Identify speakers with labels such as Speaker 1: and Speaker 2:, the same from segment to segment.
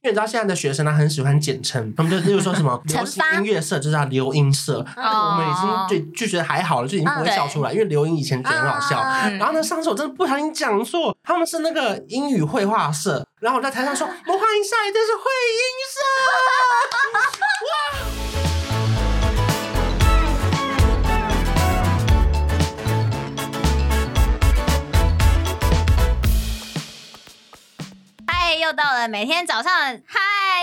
Speaker 1: 因为你知道现在的学生他很喜欢简称，他们就例如说什么
Speaker 2: 惩
Speaker 1: 流行
Speaker 2: 罚
Speaker 1: 音乐社就叫流音社，
Speaker 2: 哦
Speaker 1: 我们已经就就觉得还好了，就已经不会
Speaker 2: 嗯
Speaker 1: 笑出来，因为流音以前觉得很好笑。
Speaker 2: 啊
Speaker 1: 然后呢，上次我真的不小心讲错，他们是那个英语绘画社，然后我在台上说“魔幻一下一定是会音社”。
Speaker 2: 嗨，又到了每天早上，嗨，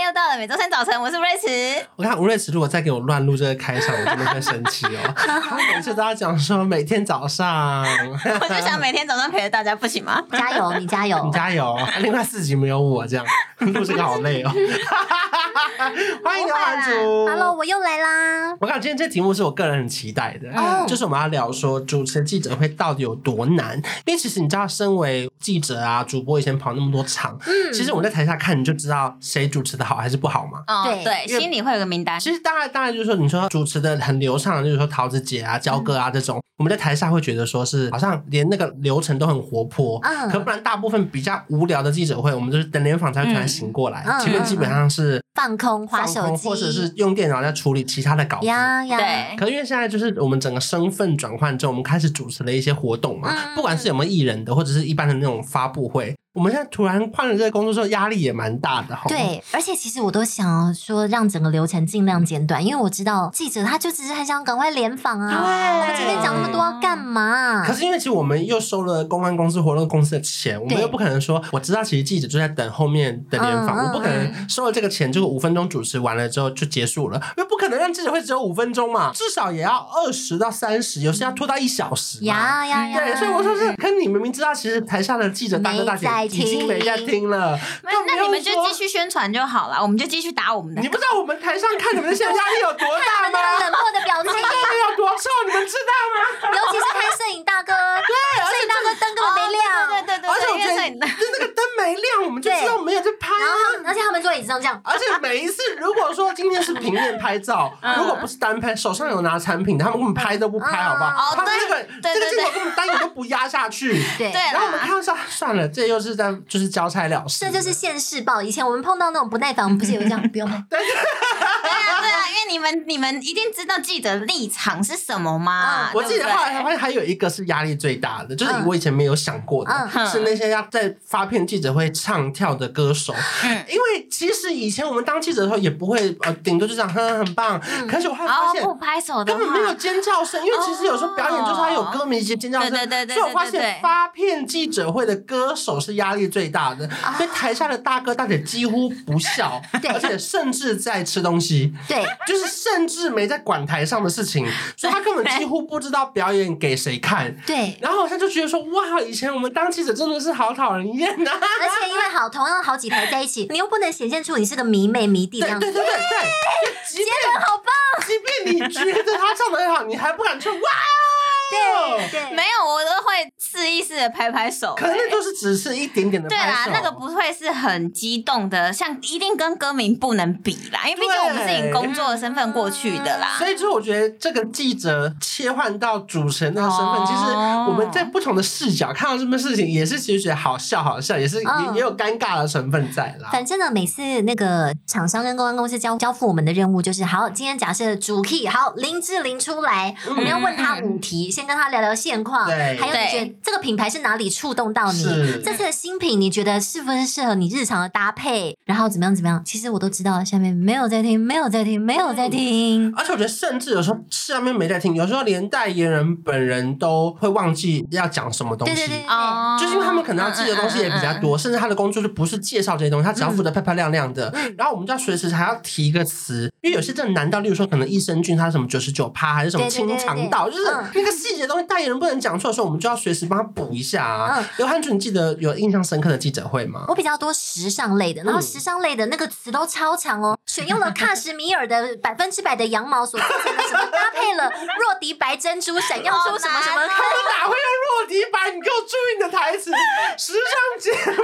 Speaker 2: 又到了每周三早晨，我是瑞慈。
Speaker 1: 我看吴瑞慈如果再给我乱录这个开场，我真的会生气 哦。他每次都要讲说每天早上，
Speaker 2: 我就想每天早上陪着大家，不行吗？
Speaker 3: 加油，你加油
Speaker 1: 你！加油！啊另外四集没有我这样 录这个好累哦。 欢迎刘涵竹
Speaker 3: Hello，我又来啦！
Speaker 1: 我看今天这题目是我个人很期待的，
Speaker 3: 哦
Speaker 1: 就是我们要聊说主持人记者会到底有多难。因为其实你知道，身为记者啊、主播，以前跑那么多场，
Speaker 3: 嗯
Speaker 1: 其实我们在台下看你就知道谁主持的好还是不好嘛。
Speaker 2: 哦，
Speaker 3: 对
Speaker 2: 对，
Speaker 1: 因为
Speaker 2: 心里会有个名单。
Speaker 1: 其实当然，当然就是说，你说主持的很流畅，就是说桃子姐啊、焦哥啊这
Speaker 3: 嗯
Speaker 1: 种，我们在台下会觉得说是好像连那个流程都很活泼，
Speaker 3: 嗯
Speaker 1: 可不然大部分比较无聊的记者会，我们就是等联访才会突然醒过来，
Speaker 3: 嗯
Speaker 1: 前面基本上是
Speaker 3: 放空，划
Speaker 1: 放
Speaker 3: 手
Speaker 1: 空
Speaker 3: 机，
Speaker 1: 或者是用电脑在处理其他的稿子。
Speaker 3: 呀呀，
Speaker 2: 对，
Speaker 1: 可因为现在就是我们整个身份转换之后，我们开始主持了一些活动嘛，
Speaker 3: 嗯
Speaker 1: 不管是有没有艺人的，或者是一般的那种发布会，我们现在突然换了这个工作之后，压力也蛮大的哈。
Speaker 3: 对，而且其实我都想要说，让整个流程尽量简短，因为我知道记者他就只是很想赶快联访啊，
Speaker 1: 对，
Speaker 3: 我们前面讲那么多要干嘛
Speaker 1: 可？是因为其实我们又收了公关公司、活动公司的钱，我们
Speaker 3: 对
Speaker 1: 又不可能说我知道其实记者就在等后面的联访，
Speaker 3: 嗯嗯
Speaker 1: 我不可能收了这个钱，这个五分钟主持完了之后就结束了，因为不可能让记者会只有五分钟嘛，至少也要二十到三十，有时要拖到一小时嘛。
Speaker 3: 呀呀呀！
Speaker 1: 对，所以我说是，可你们明知道，其实台下的记者大哥大姐
Speaker 3: 没在
Speaker 1: 已
Speaker 3: 听
Speaker 1: 经没在听了，
Speaker 2: 那
Speaker 1: 更不
Speaker 2: 那
Speaker 1: 用
Speaker 2: 你们就
Speaker 1: 说
Speaker 2: 继。续宣传就好了，我们就继续打我们的
Speaker 1: 你。不知道我们台上看你们的现在压力有多大
Speaker 3: 那
Speaker 1: 吗？
Speaker 3: 冷漠的表
Speaker 1: 你
Speaker 3: 情
Speaker 1: 们，压力有多臭，你们知道吗？
Speaker 3: 尤其是看摄影大哥，对，摄影大哥灯根本没亮，
Speaker 2: 哦对 对对
Speaker 1: 而且
Speaker 2: 对，
Speaker 1: 我觉
Speaker 2: 因为
Speaker 1: 得
Speaker 2: 是你的
Speaker 1: 就那个灯没亮，我们就知道没有在拍
Speaker 3: 然
Speaker 1: 啊
Speaker 3: 后他们而且他们坐椅子上这样，
Speaker 1: 而且每一次，如果说今天是平面拍照，
Speaker 2: 嗯
Speaker 1: 如果不是单拍，手上有拿产品，他们根本拍都不拍，好不
Speaker 3: 嗯
Speaker 1: 好？
Speaker 2: 哦
Speaker 1: 他们这个
Speaker 2: 对
Speaker 1: 这个
Speaker 2: 对对
Speaker 1: 镜头根本单眼都不压下去。
Speaker 3: 对
Speaker 2: 对啊
Speaker 1: 然后我们
Speaker 2: 啦
Speaker 1: 看。到说，算了，这又是在就是交差了事。
Speaker 3: 这就是现世报。以前我们碰到那种不耐烦，我们不是有这样，不用拍，
Speaker 2: 对啊，对啊，因为你们你们一定知道记者立场是什么嘛。
Speaker 1: 我记得
Speaker 2: 对不对
Speaker 1: 后来还会还有一个是压力最大的，就是
Speaker 3: 嗯
Speaker 1: 我以前没有想过的，
Speaker 2: 嗯
Speaker 1: 是那些要在发片记者会唱跳的歌手。
Speaker 2: 嗯
Speaker 1: 因为其实以前我们当记者的时候也不会，呃，顶多就这样，哼，很棒。可是我后来发
Speaker 2: 哦，
Speaker 1: 现，
Speaker 2: 不拍手的
Speaker 1: 根
Speaker 2: 话，哦
Speaker 1: 本没有尖叫声，因为其实有时候表演就是它有歌迷尖尖叫声，
Speaker 2: 对对对对
Speaker 1: 所以我发
Speaker 2: 对对对
Speaker 1: 现发片记者会的歌手是压力最大的，
Speaker 2: 啊
Speaker 1: 所以台下的大哥大姐几乎不笑，
Speaker 3: 对
Speaker 1: 而且甚至在吃东西，
Speaker 3: 对。
Speaker 1: 就是甚至没在管台上的事情，所以他根本几乎不知道表演给谁看。
Speaker 3: 对，
Speaker 1: 然后我现在就觉得说，哇，以前我们当记者真的是好讨人厌啊呐、
Speaker 3: 而且因为好同样好几排在 一起，你又不能显现出你是个迷妹迷弟
Speaker 1: 对
Speaker 3: 的样
Speaker 1: 对
Speaker 3: 子，
Speaker 1: 对对对，就即便
Speaker 3: 好棒！
Speaker 1: 即便你觉得他唱的很好，你还不敢去哇哦。
Speaker 3: 对对，
Speaker 2: 没有，我都会试一试的拍拍手。
Speaker 1: 可能那就是只是一点点的
Speaker 2: 对
Speaker 1: 拍
Speaker 2: 啦
Speaker 1: 手，
Speaker 2: 那个不会是很激动的，像一定跟歌迷不能比啦，因为毕竟我们是以工作的身份过去的
Speaker 3: 啊
Speaker 2: 啦。
Speaker 1: 所以就是我觉得这个记者切换到主持人那个身份，
Speaker 2: 哦
Speaker 1: 其实我们在不同的视角看到这件事情，也是其实觉得好笑好笑，也是也
Speaker 3: 嗯
Speaker 1: 也有尴尬的成分在啦。
Speaker 3: 反正呢，每次那个厂商跟公关公司交交付我们的任务就是，好，今天假设主 key 好林志玲出来，我们要问他五题，先跟他聊聊现况，还
Speaker 1: 嗯对
Speaker 3: 有你觉得这个品牌是哪里触动到你？
Speaker 1: 是
Speaker 3: 这次的新品你觉得是不是适合你日常的搭配？然后怎么样怎么样？其实我都知道，下面没有在听，没有在听，没有在听。
Speaker 1: 而且我觉得，甚至有时候上面没在听，有时候连代言人本人都会忘记要讲什么东西。
Speaker 3: 对对对，
Speaker 1: 嗯
Speaker 2: 哦
Speaker 3: 嗯
Speaker 1: 就是因为他们可能要记的东西也比较多，啊甚至他的工作就不是介绍这些东西，他只要负责漂漂亮亮的。然后我们就要随时还要提一个词，因为有些真的难到，例如说可能益生菌它什么九十九趴还是什么
Speaker 3: 对对对
Speaker 1: 清肠道，就
Speaker 3: 对
Speaker 1: 是那个细节的东西代言人不能讲错的时候，我们就要随时帮他补一下啊
Speaker 3: 嗯。
Speaker 1: 刘汉俊，你记得有印象深刻的记者会吗？
Speaker 3: 我比较多时尚类的，然后
Speaker 1: 嗯
Speaker 3: 时尚类的那个词都超长哦，选用了喀什米尔的百分之百的羊毛所做成的什么，搭配了若迪白珍珠，闪耀出什么什
Speaker 2: 好
Speaker 3: 么
Speaker 2: 难 哦。
Speaker 1: 哪会用弱迪白？你给我注意你的台词。时尚节目，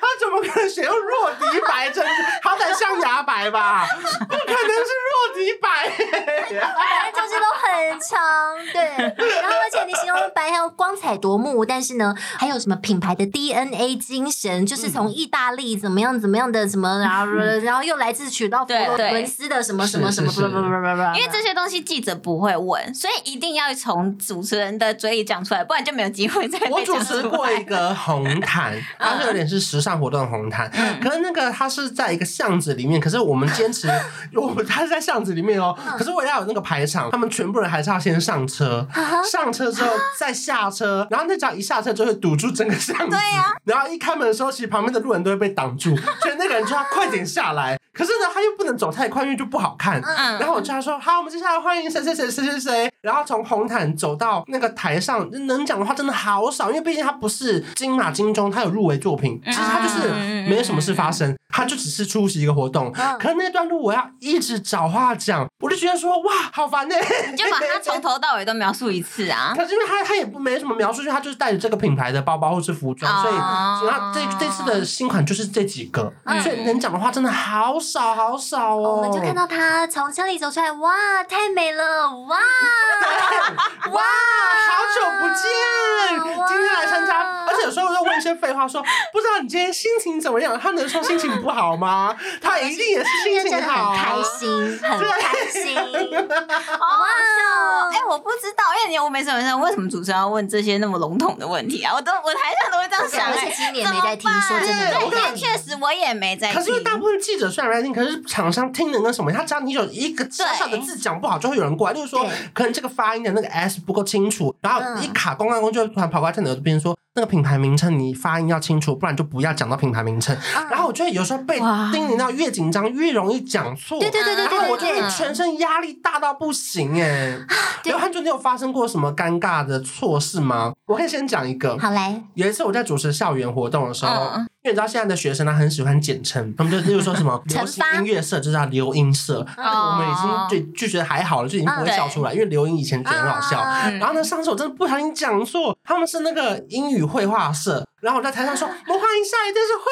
Speaker 1: 他怎么可能选用弱迪白珍珠？好歹象牙白吧，不可能是弱迪白。
Speaker 3: 反正就是都很很长，对。然后而且你形容白还有光彩夺目，但是呢，还有什么品牌的 DNA 精神，就是
Speaker 1: 嗯
Speaker 3: 从意大利怎么样怎么样的什么，然后然后又来自取到佛罗伦斯的什么什么什么，
Speaker 1: 是是是
Speaker 2: 嗯因为这些东西记者不会问，所以一定要从主持人的嘴里讲出来，不然就没有机会再被
Speaker 1: 我主
Speaker 2: 讲
Speaker 1: 持
Speaker 2: 出
Speaker 1: 过
Speaker 2: 来嗯
Speaker 1: 一个红 毯，它是有点是时尚活动的红毯，可是那个它是在一个巷子里面，可是我们坚持， 我们它是在巷子里面哦，
Speaker 2: 嗯
Speaker 1: 可是我要有那个排场，他们全部人还是要先上车，
Speaker 2: 啊
Speaker 1: 上车之后再下车，然后那只要一下车就会堵住整个巷子，
Speaker 2: 对呀
Speaker 1: 然后一开门的时候，其实旁边的路人都会被挡住，所以那个人就要快点下来，可是呢他又不能走太快，因为就不好看，
Speaker 2: 嗯
Speaker 1: 然后我就他说好，我们接下来欢迎谁谁谁谁谁谁，然后从红毯走到那个台上，能讲的话真的好少，因为毕竟他不是金马金钟，他有入围作品，
Speaker 2: 嗯
Speaker 1: 其实他就是没有什么事发生，他就只是出席一个活动。
Speaker 3: 嗯
Speaker 1: 可是那段路我要一直找话讲，我就觉得说哇，好烦呢、
Speaker 2: 你就把 它从头到尾都描述一次啊。
Speaker 1: 可是因为他他也不没什么描述，因为他就是带着这个品牌的包包或是服装，所以
Speaker 2: 哦嗯
Speaker 1: 那这这次的新款就是这几个，所以能讲的话真的好少好少哦。
Speaker 3: 我们就看到他从车里走出来，哇，太美了，哇！
Speaker 1: 哇，好久不见！
Speaker 3: 哇
Speaker 1: 今天来参加，而且有时候又问一些废话 说，不知道你今天心情怎么样？他能说心情不好吗？他一定也是
Speaker 3: 今
Speaker 1: 心
Speaker 3: 天真
Speaker 1: 情
Speaker 3: 的
Speaker 1: 好
Speaker 3: 很
Speaker 1: 啊，
Speaker 3: 开心，很开心，
Speaker 2: 哦
Speaker 3: 哇！
Speaker 2: 哎、我不知道，因为你我没什么事，为什么主持人要问这些那么笼统的问题啊？我都我台上都会这样
Speaker 3: 对
Speaker 2: 想、
Speaker 3: 而
Speaker 2: 哎
Speaker 3: 且今年没在听，说真
Speaker 1: 对
Speaker 3: 的
Speaker 1: 我
Speaker 2: 对，
Speaker 1: 跟
Speaker 2: 因为确实我也没在
Speaker 1: 可是因为大
Speaker 2: 听。
Speaker 1: 部分记者虽然来听，可是厂商听的跟什么？他只要你有一个小小的字讲不好，就会有人过来。例如说
Speaker 3: 对，
Speaker 1: 可能这个发音的那个 S 不够清楚，然后
Speaker 3: 嗯
Speaker 1: 一卡公关公就会突然跑过来在你的耳边说，那个品牌名称你发音要清楚，不然就不要讲到品牌名称。然后我觉得有时候被
Speaker 2: 哇
Speaker 1: 叮咛到越紧张越容易讲错。
Speaker 3: 对对对对
Speaker 1: 然后
Speaker 3: 对
Speaker 1: 我就
Speaker 3: 对
Speaker 1: 会
Speaker 2: 嗯
Speaker 1: 全身压力大到不行哎。刘汉你有发生过什么尴尬的错事吗？我可以先讲一个。
Speaker 3: 好来，
Speaker 1: 有一次我在主持校园活动的时候，
Speaker 2: 嗯
Speaker 1: 因为你知道现在的学生他很喜欢简称，他们就例如说什 么
Speaker 3: 惩罚
Speaker 1: 流
Speaker 3: 哦
Speaker 1: 行音乐社就叫流音社，但是我们已经就就觉得还好了，就已经
Speaker 3: 嗯
Speaker 1: 不会笑出来，因为流音以前觉得很好笑。
Speaker 3: 啊
Speaker 1: 然后
Speaker 2: 嗯
Speaker 1: 呢，上次我真的不小心讲错，他们是那个英语绘画社，然后我在台 上说，我们欢迎下一队是绘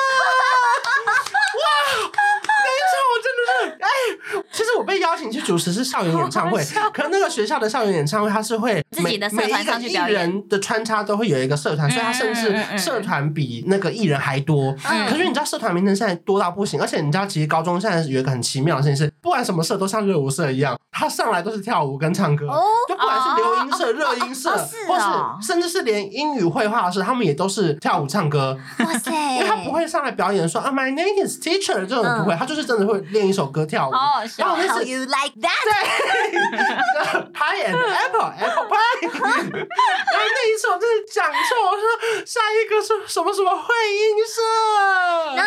Speaker 1: 音社，哇！等一下，我真的是，哎，其实我被邀请去主持是校园演 唱会，可那个学校的校园演唱会，它是会
Speaker 2: 自己的社
Speaker 1: 每每
Speaker 2: 团
Speaker 1: 一个
Speaker 2: 上去
Speaker 1: 艺
Speaker 2: 表演
Speaker 1: 人的穿插都会有一个社团，所以它甚
Speaker 2: 嗯嗯嗯
Speaker 1: 至
Speaker 2: 嗯
Speaker 1: 社团比那个艺人还多。
Speaker 3: 嗯
Speaker 1: 可是你知道社团名称现在多到不行，而且你知道，其实高中现在有一个很奇妙的事情是，不管什么社都像热舞社一样，它上来都是跳舞跟唱歌。
Speaker 3: 哦
Speaker 1: 就不管是流音社、热音社，
Speaker 2: 哦是
Speaker 1: 或
Speaker 2: 哦
Speaker 1: 是甚至是连英语绘画社，他们也都是跳舞唱歌，
Speaker 3: 哦哇塞，
Speaker 1: 因为他不会上来表演说啊，My name is teacher 这种不
Speaker 2: 嗯
Speaker 1: 会，他就是真的会练一首歌跳舞。
Speaker 2: 好哦好
Speaker 1: 然后
Speaker 2: 笑
Speaker 1: 那
Speaker 3: ，How
Speaker 1: 次
Speaker 3: you like that？
Speaker 1: pie and apple apple pie。然后那一次我真的讲错，我说下一个是什么什么会音
Speaker 3: 然
Speaker 1: 社。
Speaker 3: 后，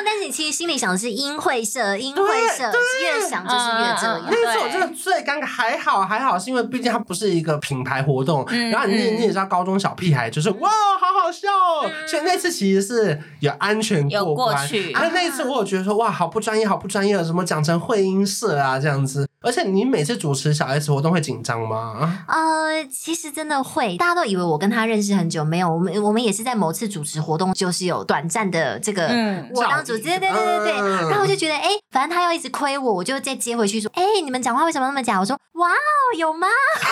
Speaker 3: 但是你其实心里想的是音会社，音会社，越想就是越这
Speaker 2: 嗯
Speaker 3: 样
Speaker 2: 嗯嗯。
Speaker 1: 那一次我真的最尴尬，还好还好，是因为毕竟它不是一个品牌活动，
Speaker 2: 嗯
Speaker 1: 然后你也
Speaker 2: 嗯
Speaker 1: 你也知道高中小屁孩就是哇好好笑哦，
Speaker 3: 嗯
Speaker 1: 所以那次其实是有安全
Speaker 2: 有
Speaker 1: 过关
Speaker 2: 过去
Speaker 1: 啊，那一次我有觉得说哇好不专业好不专业，怎么讲成会音社啊这样子？而且你每次主持小 S 活动会紧张吗？
Speaker 3: 呃，其实真的会，大家都以为我跟他认识很久，没有，我们我们也是在某次主持活动，就是有短暂的这个，
Speaker 2: 嗯
Speaker 3: 我当主持，
Speaker 1: 照
Speaker 3: 对
Speaker 1: 应
Speaker 3: 对对对对，
Speaker 1: 嗯
Speaker 3: 然后我就觉得，哎、反正他要一直亏我，我就再接回去说，哎、你们讲话为什么那么假？我说，哇哦，有吗？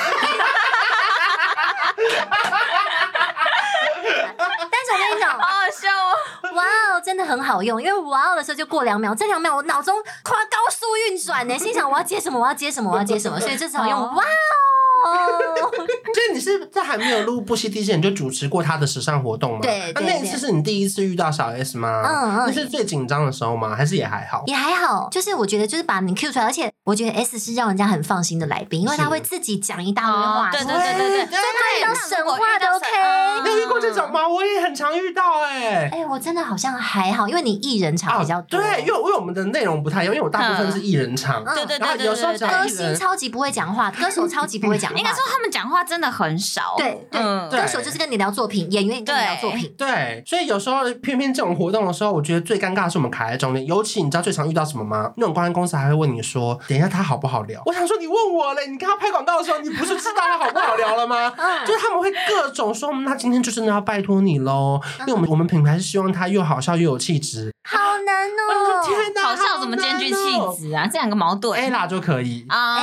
Speaker 3: 但是我跟你讲
Speaker 2: 好，好笑哦！
Speaker 3: 哇哦，真的很好用，因为哇哦的时候就过两秒，这两秒我脑中夸高速运转呢，心想我要接什么，我要接什么，我要接什么，所以就只好用
Speaker 2: 哦
Speaker 3: 哇哦。
Speaker 1: 所以你是在还没有录不息地线，你就主持过他的时尚活动吗？
Speaker 3: 对
Speaker 1: 那
Speaker 3: 对
Speaker 1: 那一次是你第一次遇到小 S 吗？
Speaker 3: 嗯嗯
Speaker 1: 那是最紧张的时候吗？还是也还好？
Speaker 3: 也还好，就是我觉得就是把你 Q 出来，而且我觉得 S 是让人家很放心的来宾，因为
Speaker 1: 是
Speaker 3: 他会自己讲一大堆
Speaker 2: 哦
Speaker 3: 话，，
Speaker 2: 对对
Speaker 1: 对
Speaker 2: 对对对，
Speaker 1: 对
Speaker 2: 对
Speaker 3: 遇到神话都 OK
Speaker 1: 你有遇过这
Speaker 2: 嗯
Speaker 1: 种？吗？我也很常遇到哎、
Speaker 3: 哎、我真的好像还好，因为你艺人场比较多，
Speaker 1: 啊对，因为我因为我们的内容不太一样，因为我大部分是艺人场，
Speaker 3: 嗯
Speaker 2: 对对
Speaker 1: 然
Speaker 2: 对
Speaker 1: 后
Speaker 2: 对
Speaker 1: 有时候
Speaker 2: 对
Speaker 1: 只
Speaker 2: 对
Speaker 1: 要
Speaker 3: 歌
Speaker 1: 艺
Speaker 3: 星
Speaker 1: 人，
Speaker 3: 超级不会讲话，歌手超级不 会讲话，
Speaker 2: 应该说他们讲话真的很少，
Speaker 3: 对对
Speaker 2: 嗯
Speaker 1: 哦对
Speaker 3: 歌手就是跟你聊作品，演员也跟你聊作品，
Speaker 1: 对，所以有时候偏偏这种活动的时候，我觉得最尴尬的是我们卡在中间。尤其你知道最常遇到什么吗？那种公关公司还会问你说：“等一下他好不好聊？”我想说你问我嘞，你跟他拍广告的时候，你不是知道他好不好聊了吗？
Speaker 3: 嗯
Speaker 1: 就是他们会各种说，嗯那今天就真的要拜托你
Speaker 2: 嗯
Speaker 1: 喽，因为我们我们品牌是希望他又好笑又有气质。
Speaker 3: 好难
Speaker 1: 我想
Speaker 3: 哦、
Speaker 1: 说天哪，
Speaker 2: 嗯好笑怎我们兼具
Speaker 1: 好难哦
Speaker 2: 气质啊，这两个矛盾
Speaker 1: ella 就可以。
Speaker 3: 嗯
Speaker 2: 啊，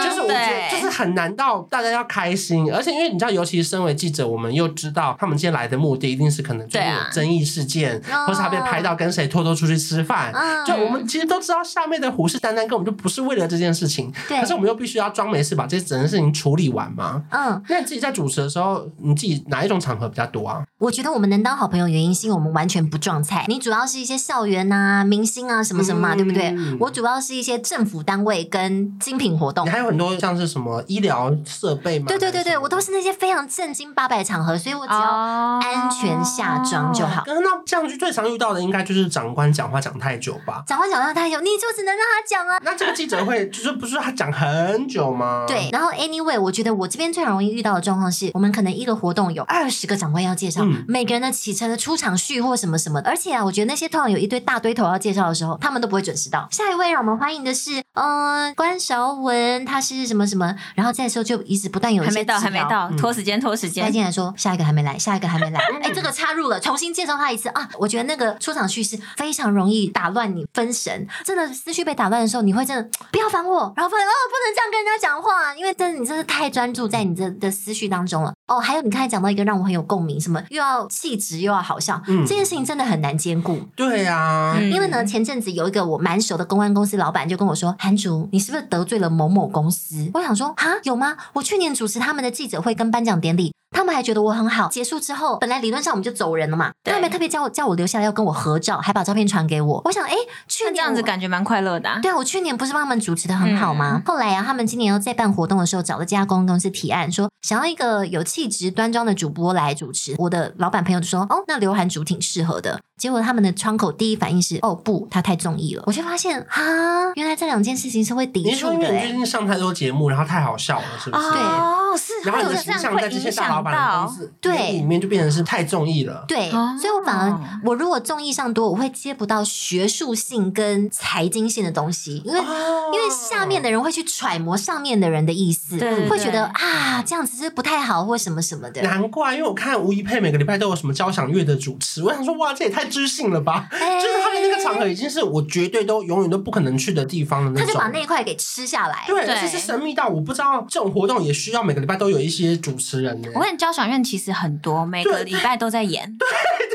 Speaker 1: 哎就是我觉得，
Speaker 2: 对
Speaker 1: 就是很难到大家要开心，而且因为你知道，尤其是身为记者，我们又知道他们今天来的目的一定是可能就是
Speaker 2: 对
Speaker 1: 有
Speaker 2: 啊
Speaker 1: 争议事件，
Speaker 3: 哦
Speaker 1: 或是啊他被拍到跟谁偷偷出去吃饭。
Speaker 3: 嗯
Speaker 1: 就我们其实都知道，下面的虎视眈眈，根本就不是为了这件事情，
Speaker 3: 对
Speaker 1: 可是我们又必须要装没事，把这整件事情处理完嘛。
Speaker 3: 嗯，
Speaker 1: 那你自己在主持的时候，你自己哪一种场合比较多啊？
Speaker 3: 我觉得我们能当好朋友，原因是因为我们完全不撞菜。你主要是一些校园啊、明星啊什么什么嘛，
Speaker 1: 嗯
Speaker 3: 对不对？我主要是一些政府单位跟精品活动
Speaker 1: 你。还有很多像是什么医疗设备吗？
Speaker 3: 对对对对，我都
Speaker 1: 是。
Speaker 3: 是那些非常正经八百场合，所以我只要
Speaker 2: 哦
Speaker 3: 安全下妆就好。
Speaker 1: 那那这样就最常遇到的应该就是长官讲话讲太久吧？
Speaker 3: 讲话讲到太久，你就只能让他讲
Speaker 2: 哦
Speaker 3: 啊。
Speaker 1: 那这个记者会就是不是他讲很久吗？
Speaker 3: 对，，然后 anyway，我觉得我这边最容易遇到的状况是，我们可能一个活动有二十个长官要介绍，
Speaker 1: 嗯
Speaker 3: 每个人的启程的出场序或什么什么的。而且啊，我觉得那些通常有一堆大堆头要介绍的时候，他们都不会准时到。下一位让我们欢迎的是，嗯、关韶文，他是什么什么，然后这时候就一直不断有一
Speaker 2: 还
Speaker 3: 些
Speaker 2: 没到，
Speaker 3: 指
Speaker 2: 还没
Speaker 3: 导。
Speaker 2: 到，
Speaker 1: 嗯
Speaker 2: 拖时间，拖时
Speaker 3: 他
Speaker 2: 间。
Speaker 3: 进来说下一个还没来，下一个还没来， 哎、这个插入了，重新介绍他一次啊！我觉得那个出场序是非常容易打乱你分神，真的思绪被打乱的时候，你会真的不要烦我，然后不能哦，不能这样跟人家讲话，因为真的你真的太专注在你的的思绪当中了。哦，还有你刚才讲到一个让我很有共鸣，什么又要气质又要好笑，
Speaker 1: 嗯
Speaker 3: 这件事情真的很难兼顾。
Speaker 1: 对啊，
Speaker 2: 嗯
Speaker 3: 因为呢，前阵子有一个我蛮熟的公关公司老板就跟我说：“韩竹，你是不是得罪了某某公司？”我想说：“哈，有吗？我去年主持他们的记者会跟颁奖典礼，他们还觉得我很好。结束之后，本来理论上我们就走人了嘛，
Speaker 2: 对
Speaker 3: 他们特别叫我叫我留下来要跟我合照，还把照片传给我。我想，哎，去
Speaker 2: 那
Speaker 3: 年
Speaker 2: 这样子
Speaker 3: 我
Speaker 2: 感觉蛮快乐的啊。
Speaker 3: 对啊，我去年不是帮他们主持的很好吗？
Speaker 2: 嗯
Speaker 3: 后来啊，他们今年要再办活动的时候，找了这家公关公司提案，说想要一个有气质端庄的主播来主持。我的老板朋友就说：“哦，那刘涵竹挺适合的。”结果他们的窗口第一反应是：“哦，不，他太综艺了。”我就发现啊，原来这两件事情是会抵
Speaker 1: 你是说
Speaker 3: 触
Speaker 1: 因
Speaker 3: 的、
Speaker 1: 为你最
Speaker 3: 欸。
Speaker 1: 近上太多节目，然后太好笑了，是不是？
Speaker 3: 对
Speaker 2: 哦，是，
Speaker 1: 然后你
Speaker 2: 有
Speaker 1: 的
Speaker 2: 这
Speaker 1: 形
Speaker 2: 样
Speaker 1: 象
Speaker 2: 会
Speaker 1: 在这些
Speaker 2: 影
Speaker 1: 大老
Speaker 2: 响
Speaker 1: 板的
Speaker 2: 到
Speaker 1: 公。司
Speaker 3: 对
Speaker 1: 眼里面就变成是太中意了。
Speaker 3: 对，
Speaker 2: 哦
Speaker 3: 所以我反而我如果综艺上多，我会接不到学术性跟财经性的东西，因为、
Speaker 1: 哦
Speaker 3: 因为下面的人会去揣摩上面的人的意思，
Speaker 2: 对对
Speaker 3: 会觉得
Speaker 2: 对
Speaker 3: 啊这样子是不太好或什么什么的。
Speaker 1: 难怪，因为我看吴一佩每个礼拜都有什么交响乐的主持，我想说哇，这也太知性了吧！
Speaker 3: 哎
Speaker 1: 就是他的那个场合已经是我绝对都永远都不可能去的地方的那
Speaker 3: 他
Speaker 1: 种。
Speaker 3: 就把那一块给吃下来。
Speaker 1: 对，
Speaker 2: 对
Speaker 1: 而且是神秘到我不知道这种活动也需要每个礼拜都有一些主持人呢、
Speaker 2: 我
Speaker 3: 哦
Speaker 2: 看交响院其实很多，每个礼拜都在演。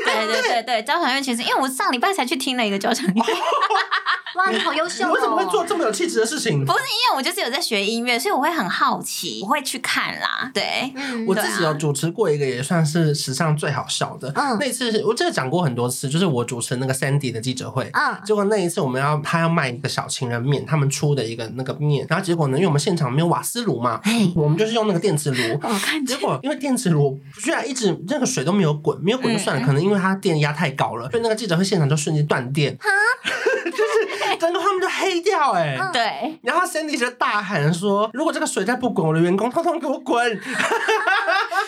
Speaker 2: 对对对对，交响院其实，因为我上礼拜才去听了一个交响乐，
Speaker 3: 哇，你好优秀、
Speaker 1: 你
Speaker 3: 哦！
Speaker 1: 为什么会做这么有气质的事情？
Speaker 2: 不是因为我就是有在学音乐，所以我会很好奇，我会去看啦。对，
Speaker 3: 嗯？
Speaker 1: 我
Speaker 2: 对
Speaker 1: 自己有主持过一个，也算是史上最好笑的。
Speaker 3: 嗯
Speaker 1: 那次我这个讲过很多次，就是我主持那个 Sandy 的记者会。
Speaker 3: 嗯
Speaker 1: 结果那一次我们要他要卖一个小情人面，他们出的一个那个面，然后结果呢，因为我们现场没有瓦斯炉嘛
Speaker 3: 嘿，哦
Speaker 1: 我们就是用那个电磁 炉。
Speaker 2: 我看
Speaker 1: 结果因为电磁炉居然一直那个水都没有滚，没有滚就算
Speaker 3: 嗯
Speaker 1: 了，可能因为它电压太高了，所以那个记者会现场就瞬间断电， 就是整个画面都黑掉哎、
Speaker 3: 嗯
Speaker 2: 对，
Speaker 1: 然后 Sandy 就大喊说：“如果这个水再不滚，我的员工通通给我滚！”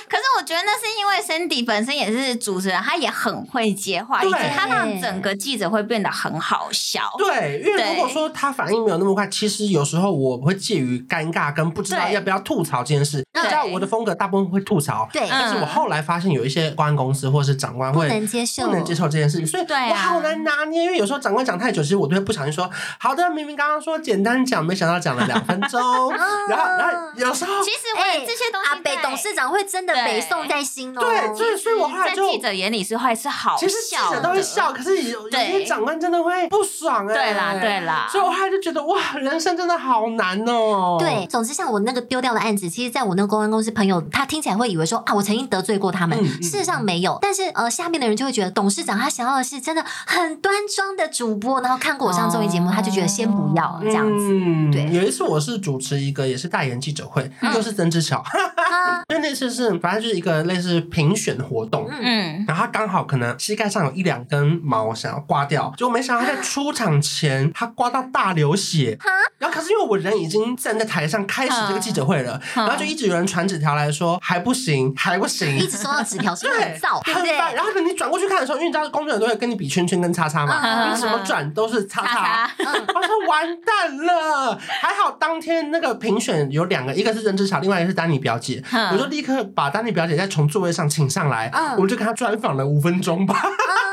Speaker 2: 可是我觉得那是因为 Cindy 本身也是主持人，他也很会接话，
Speaker 1: 对
Speaker 2: 以及他让整个记者会变得很好笑。
Speaker 1: 对，因为如果说他反应没有那么快，其实有时候我会介于尴尬跟不知道
Speaker 2: 对
Speaker 1: 要不要吐槽这件事。
Speaker 2: 对
Speaker 1: 你知道我的风格大部分会吐槽，
Speaker 3: 对，
Speaker 2: 嗯
Speaker 1: 但是我后来发现有一些公关公司或是长官
Speaker 3: 不
Speaker 1: 会
Speaker 3: 能接受，
Speaker 1: 不能接。受这件事情，所以
Speaker 2: 对啊
Speaker 1: 我好难拿捏。因为有时候长官讲太久，其实我都会不小心说：“好的，明明刚刚说简单讲，没想到讲了两分钟。”
Speaker 2: 啊
Speaker 1: 然后，然后有时候
Speaker 2: 其实我
Speaker 1: 哎
Speaker 2: 也这些东西在，
Speaker 3: 阿啊北董事长会真的
Speaker 2: 对
Speaker 3: 北宋在心哦。
Speaker 1: 对，所以所以我后来
Speaker 2: 在
Speaker 1: 就
Speaker 2: 记者眼里是会是好笑
Speaker 1: 其
Speaker 2: 的，
Speaker 1: 实记者都会笑，可是有有
Speaker 2: 对
Speaker 1: 些长官真的会不爽哎、
Speaker 2: 对啦对啦
Speaker 1: 所以我后来就觉得哇，人生真的好难哦、
Speaker 3: 对，总之像我那个丢掉的案子，其实在我那个公关公司朋友，他听起来会以为说啊，我曾经得罪过他们，
Speaker 1: 嗯嗯
Speaker 3: 事实上没有。但是呃，下面的人就会觉得董事长他想要的是真的很端庄的主播，然后看过我上综艺节目，
Speaker 2: 哦
Speaker 3: 他就觉得先不要这样子。
Speaker 1: 嗯
Speaker 3: 对
Speaker 1: 有一次我是主持一个也是代言记者会，
Speaker 2: 嗯
Speaker 1: 又是曾之 乔，
Speaker 3: 啊
Speaker 1: 因为那次是反正就是一个类似评选活动。
Speaker 3: 嗯
Speaker 2: 嗯，
Speaker 1: 然
Speaker 2: 然
Speaker 1: 后他刚好可能膝盖上有一两根毛想要刮掉，结果没想到他在出场
Speaker 3: 啊
Speaker 1: 前他刮到大流血。然后可是因为我人已经站在台上开始这个记者会
Speaker 3: 啊
Speaker 1: 了，
Speaker 2: 嗯
Speaker 1: 然后就一直有人传纸条来说还不行，还不行，
Speaker 3: 一直收到纸条，是不是很燥，对
Speaker 1: 很
Speaker 3: 不对？
Speaker 1: 烦。然后你转过去看的时候，因为你知道工作人员都会跟你比圈圈跟叉叉嘛，
Speaker 2: 嗯
Speaker 1: 你怎么转都是叉叉。
Speaker 2: 后
Speaker 1: 我说完蛋了，还好当天那个评选有两个，一个是任之乔，另外一个是丹尼表姐。
Speaker 2: 嗯
Speaker 1: 我就立刻把丹尼表姐再从座位上请上来
Speaker 3: 嗯，
Speaker 1: 我们就跟她专访了五分钟吧。
Speaker 3: 啊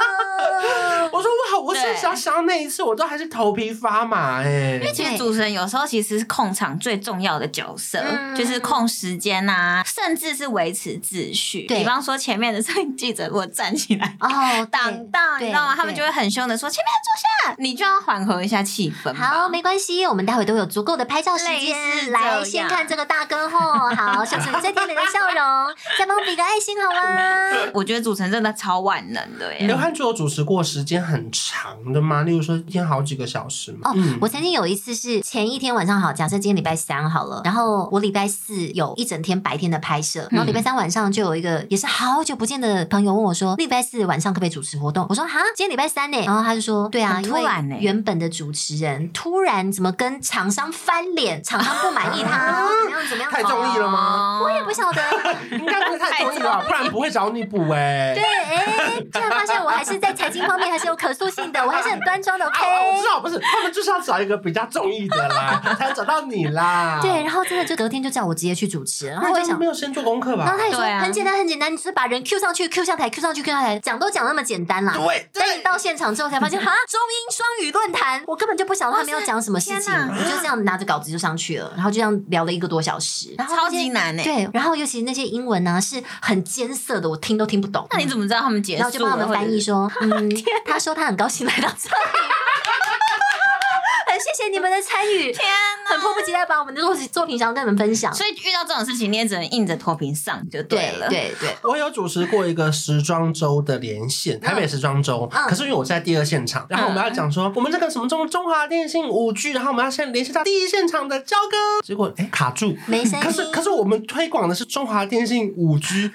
Speaker 1: 我说哇，我我现在想想到那一次，我都还是头皮发麻哎、
Speaker 2: 因为其实主持人有时候其实是控场最重要的角色，
Speaker 3: 嗯
Speaker 2: 就是控时间啊，甚至是维持秩序。
Speaker 3: 对
Speaker 2: 比方说前面的摄影记者如果站起 来
Speaker 3: 哦，
Speaker 2: 挡道，你
Speaker 3: 对
Speaker 2: 知道吗？他们
Speaker 3: 对
Speaker 2: 就会很凶的说前面坐下，你就要缓和一下气氛。
Speaker 3: 好，，没关系，我们待会都有足够的拍照时
Speaker 2: 类似
Speaker 3: 间。
Speaker 2: 这
Speaker 3: 来，
Speaker 2: 样
Speaker 3: 先看这个大哥吼，好，秀出你最甜美的笑容，再帮我比个爱心好 吗？
Speaker 2: 我觉得主持人真的超万能的耶
Speaker 1: 刘。汉珠有主持过时间很长的吗？例如说一天好几个小时吗？嗯
Speaker 3: 哦，
Speaker 2: 嗯
Speaker 3: 我曾经有一次是前一天晚上好，假设今天礼拜三好了，然后我礼拜四有一整天白天的拍摄，然后礼
Speaker 2: 嗯
Speaker 3: 拜三晚上就有一个也是好久不见的朋友问我说，礼拜四晚上可不可以主持活动？我说哈，今天礼拜三呢，然后他就说，对啊，
Speaker 2: 很
Speaker 3: 因
Speaker 2: 突
Speaker 3: 为
Speaker 2: 然欸
Speaker 3: 原本的主持人突然怎么跟厂商翻脸，厂商不满意他，然后怎么样怎么样，
Speaker 1: 太中意了吗？
Speaker 2: 哦
Speaker 3: 我也不晓得，
Speaker 1: 应该不是太中意吧，不然不会找你补哎、
Speaker 3: 对，哎，突然发现我还是在财经方面还是有可塑性的，我还是很端庄的，OK。
Speaker 2: 哦
Speaker 1: 啊，我知道，不是，他们就是要找一个比较中意的 啦，才能找到你
Speaker 2: 哦
Speaker 1: 啦。
Speaker 3: 对，，然后真的就隔天就叫我直接去主持，然后
Speaker 1: 那
Speaker 3: 我
Speaker 1: 他
Speaker 3: 就
Speaker 1: 们
Speaker 3: 想
Speaker 1: 没。有先做功课
Speaker 3: 然
Speaker 1: 吧
Speaker 3: 后？他也说、
Speaker 2: 对啊
Speaker 3: 很简单，很简单，你就是把人 Q 上去，Q 上台，Q 上去，Q 上台，讲都讲那么简单啦。
Speaker 1: 对对
Speaker 3: 但你到现场之后才发现，哈，中英双语论坛，我根本就不晓得他们要讲什么事情，
Speaker 2: 哇塞天
Speaker 3: 我就这样拿着稿子就上去了，然后就这样聊了一个多小时，然后
Speaker 2: 超
Speaker 3: 那些
Speaker 2: 级难欸
Speaker 3: 对，然后尤其那些英文呢、啊是很艰涩的，我听都听不懂。
Speaker 2: 那你怎么知道他们结
Speaker 3: 然后就
Speaker 2: 束
Speaker 3: 帮我
Speaker 2: 了？
Speaker 3: 们翻译 说，嗯，他说他很高兴来到这里， 很谢谢你们的参与，
Speaker 2: 天
Speaker 3: 很迫不及待把我们的作品作品想要跟你们分享。
Speaker 2: 所以遇到这种事情，你也只能硬着头皮上就
Speaker 3: 对
Speaker 2: 了。
Speaker 3: 对对，
Speaker 1: 我有主持过一个时装周的连线，台北时装周。
Speaker 3: 嗯
Speaker 1: 可是因为我在第二现场，然后我们要讲说我们这个什么中中华电信五 G，然后我们要先联系到第一现场的交割，结果哎、卡住。
Speaker 3: 没声音。
Speaker 1: 可是可是我们推广的是中华电信五 G，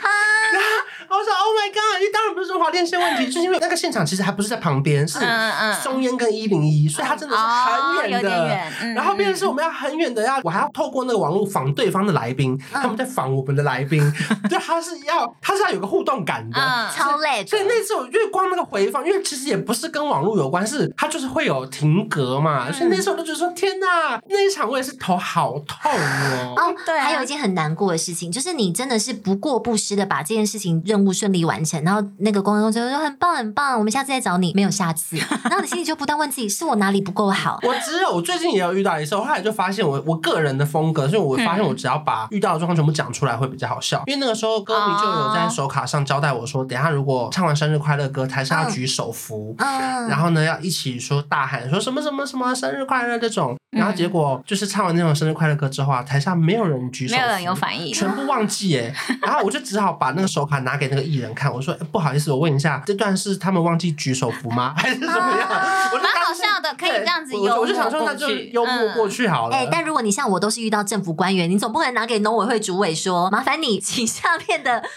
Speaker 1: 然后我说 Oh my God，这当然不是中华电信问题，就是因为那个现场其实还不是在旁边，是
Speaker 2: 嗯嗯
Speaker 1: 松烟跟一零一，所以它真的是
Speaker 2: 哦，
Speaker 1: 很
Speaker 2: 有
Speaker 1: 远
Speaker 2: 点
Speaker 1: 的。
Speaker 2: 远。嗯
Speaker 1: 然后变成是我们要很远的要，我还要透过那个网络访对方的来宾，
Speaker 2: 嗯
Speaker 1: 他们在访我们的来 宾，对，他是要他是要有个互动感的。
Speaker 2: 嗯，
Speaker 3: 超累
Speaker 1: 啊
Speaker 3: 的，
Speaker 1: 所以那次我月光那个回放，因为其实也不是跟网络有关，是它就是会有停格嘛，所以那时候我就觉得说天
Speaker 2: 嗯
Speaker 1: 哪，那一场我也是头好痛哦。
Speaker 3: 哦，
Speaker 2: 对啊
Speaker 3: 还有一件很难过的事情，就是你真的是不过不失的把这件事情任务顺利完成，然后那个公关公司就说很棒很棒，我们下次再找你，没有下 次，然后你心里就不断问自己是我哪里不够好，
Speaker 1: 我只有我最近也有遇到一次，我后来就发现我我个人的风格，所以我发现我
Speaker 2: 嗯
Speaker 1: 只要把遇到的状况全部讲出来会比较好笑。因为那个时候歌迷就有
Speaker 2: 哦
Speaker 1: 在手卡上交代我说，等一下如果唱完生日快乐歌，台上要举手幅，
Speaker 3: 嗯，
Speaker 1: 然后呢，要一起说大喊说什么什么什么生日快乐这种，然后
Speaker 2: 嗯
Speaker 1: 结果就是唱完那种生日快乐歌之后啊，台上没有人举手，
Speaker 2: 没有人有，反应。
Speaker 1: 全部忘记 耶。然后我就只好把那个手卡拿给那个艺人看，我说、哎不好意思，我问一下，这段是他们忘记举手幅 吗？还是怎么样？我就
Speaker 2: 啊蛮好
Speaker 1: 当时
Speaker 2: 笑的，可以
Speaker 1: 对
Speaker 2: 这样子
Speaker 1: 我
Speaker 2: 幽默
Speaker 1: 我就想说那就幽默过
Speaker 2: 去。嗯
Speaker 1: 去 好了。
Speaker 3: 哎、但如果你像我都是遇到政府官员，你总不可能拿给农委会主委说，麻烦你请下面的农民们